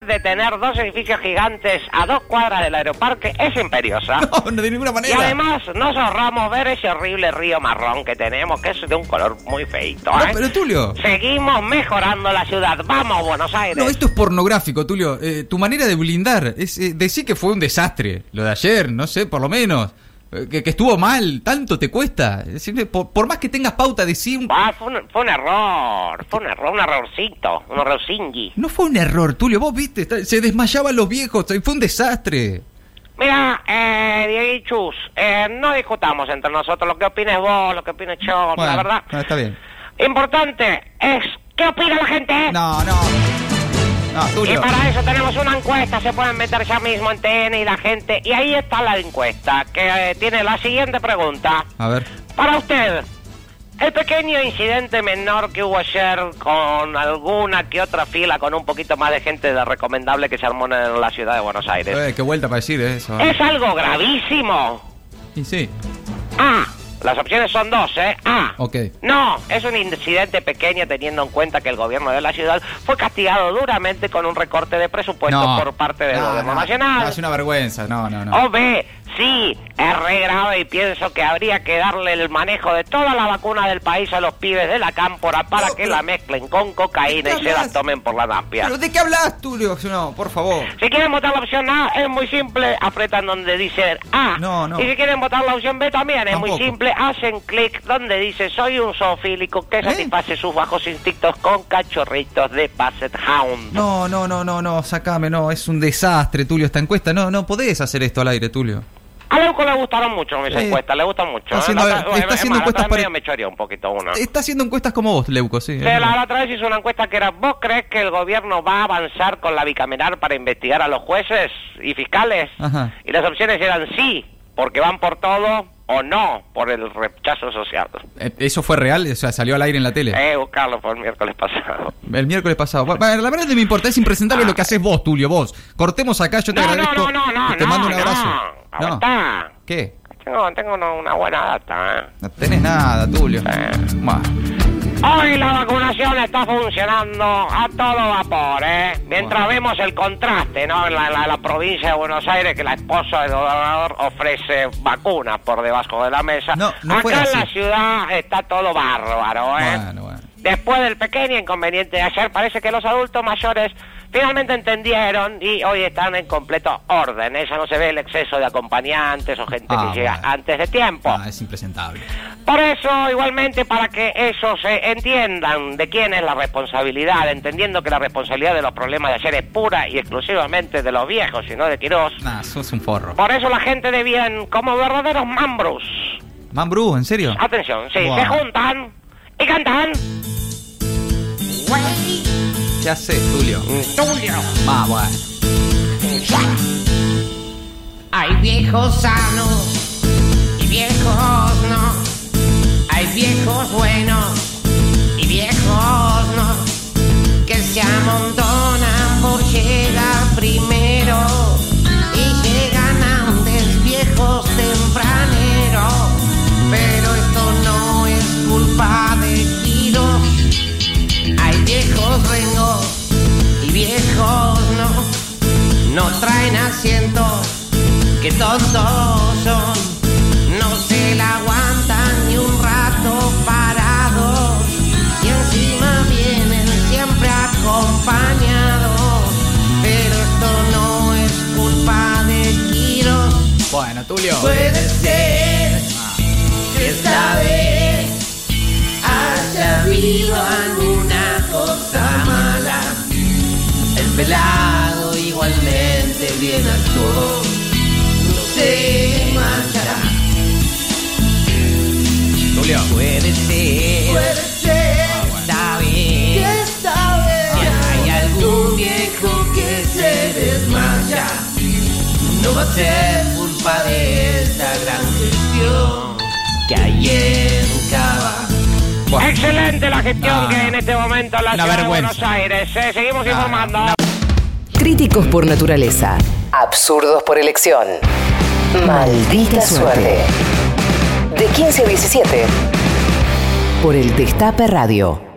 de tener dos edificios gigantes a dos cuadras del aeroparque es imperiosa. No, no de ninguna Y manera. además nos ahorramos ver ese horrible río marrón que tenemos, que es de un color muy feito. No, ¿eh? pero Tulio. Seguimos mejorando la ciudad. Vamos, Buenos Aires. No, esto es pornográfico, Tulio. Eh, tu manera de blindar. Es, eh, decir que fue un desastre. Lo de ayer, no sé, por lo menos. Eh, que, que estuvo mal. Tanto te cuesta. Es decir, eh, por, por más que tengas pauta, decir un... Ah, fue, un, fue un error, fue un error, un errorcito, un errorcingui. No fue un error, Tulio. Vos viste, está- se desmayaban los viejos. Fue un desastre. Mira, eh, Dieguichus, eh, no discutamos entre nosotros lo que opines vos, lo que opines yo, la Bueno, verdad. no, está bien. Importante es qué opina la gente. No, no. No, Y Tulio. para eso tenemos una encuesta, se pueden meter ya mismo en TN y la gente. Y ahí está la encuesta, que eh, tiene la siguiente pregunta. A ver. Para usted, el pequeño incidente menor que hubo ayer con alguna que otra fila, con un poquito más de gente de recomendable que se armó en la ciudad de Buenos Aires, Eh, qué vuelta para decir eso. ¿es algo gravísimo? Y sí. A. Las opciones son dos, ¿eh? A. Ok. No, es un incidente pequeño teniendo en cuenta que el gobierno de la ciudad fue castigado duramente con un recorte de presupuesto por parte del No, gobierno no, nacional. no, es una vergüenza. No, no, no. O B, sí, es re grave y pienso que habría que darle el manejo de toda la vacuna del país a los pibes de la cámpora para No, que pero- la mezclen con cocaína ¿De y qué se las hablas? tomen por la nampia. ¿Pero de qué hablas, Tulio? No, por favor. Si quieren votar la opción A, es muy simple, apretan donde dice A. No, no. Y si quieren votar la opción B también, es muy Tampoco. simple, hacen clic donde dice soy un zoofílico que ¿Eh? satisface sus bajos instintos con cachorritos de Basset Hound. No, no, no, no, no, sacame, no, es un desastre, Tulio, esta encuesta. No, no podés hacer esto al aire, Tulio. A Leuco le gustaron mucho mis Eh, encuestas, le gustan mucho. está La haciendo- otra- está es haciendo más, la otra encuestas vez medio para- me choreó un poquito una. Está haciendo encuestas como vos, Leuco, sí. Sí, la, la otra vez hizo una encuesta que era, ¿vos crees que el gobierno va a avanzar con la bicameral para investigar a los jueces y fiscales? Ajá. Y las opciones eran sí, porque van por todo, o no, por el rechazo social. Eh, ¿Eso fue real? O sea, salió al aire en la tele. Eh, buscarlo por el miércoles pasado. El miércoles pasado. Bueno, la verdad no me importa, es impresentable lo que haces vos, Tulio, vos. Cortemos acá, yo te No, no, agradezco. no, no, no, y te no, mando un no, abrazo. aguantá. ¿Qué? Tengo, tengo una, una buena data, ¿eh? No tenés nada, Tulio. Sí. Bah. Hoy la vacunación está funcionando a todo vapor, ¿eh? Mientras vemos el contraste, ¿no? En la, la- la provincia de Buenos Aires, que la esposa del gobernador ofrece vacunas por debajo de la mesa. No, no fue Acá en así. la ciudad está todo bárbaro, ¿eh? Bueno, bueno. Después del pequeño inconveniente de ayer, parece que los adultos mayores finalmente entendieron y hoy están en completo orden. ¿eh? Ya no se ve el exceso de acompañantes o gente Ah, que llega bueno. antes de tiempo. Ah, es impresentable. Por eso, igualmente, para que ellos eh, entiendan de quién es la responsabilidad, entendiendo que la responsabilidad de los problemas de ayer es pura y exclusivamente de los viejos y no de Quirós, Nah, sos un forro. por eso la gente de bien, como verdaderos mambros, Mambrú, ¿en serio? atención, sí, Wow. se juntan y cantan. ¿Qué haces, Tulio? Tulio. Ah, bueno. Hay viejos sanos y viejos no. Hay viejos buenos y viejos no. Que se amontonan por llegar primero y llegan antes viejos tempranero. Pero esto no es culpa de Quirós. Hay viejos rengos y viejos no. No traen asientos que tontos son, no se la aguantan ni un rato parados y encima vienen siempre acompañados, pero esto no es culpa de Quiro. Bueno, Tulio. Puede ser que esta vez haya habido alguna cosa mala. El pelado igualmente bien actuó. No se marchará. Tulio. Puede ser, puede ser que esta vez que hay algún viejo que se desmaya. No va a ser culpa de esta gran gestión que hay en Cava. Bueno. Excelente la gestión No, que hay no. en este momento en la Ah, Una ciudad de vergüenza. Ah, Buenos Aires. eh. Seguimos informando. Críticos por naturaleza. Absurdos por elección. Maldita suerte. De 15 a 17. Por el Destape Radio.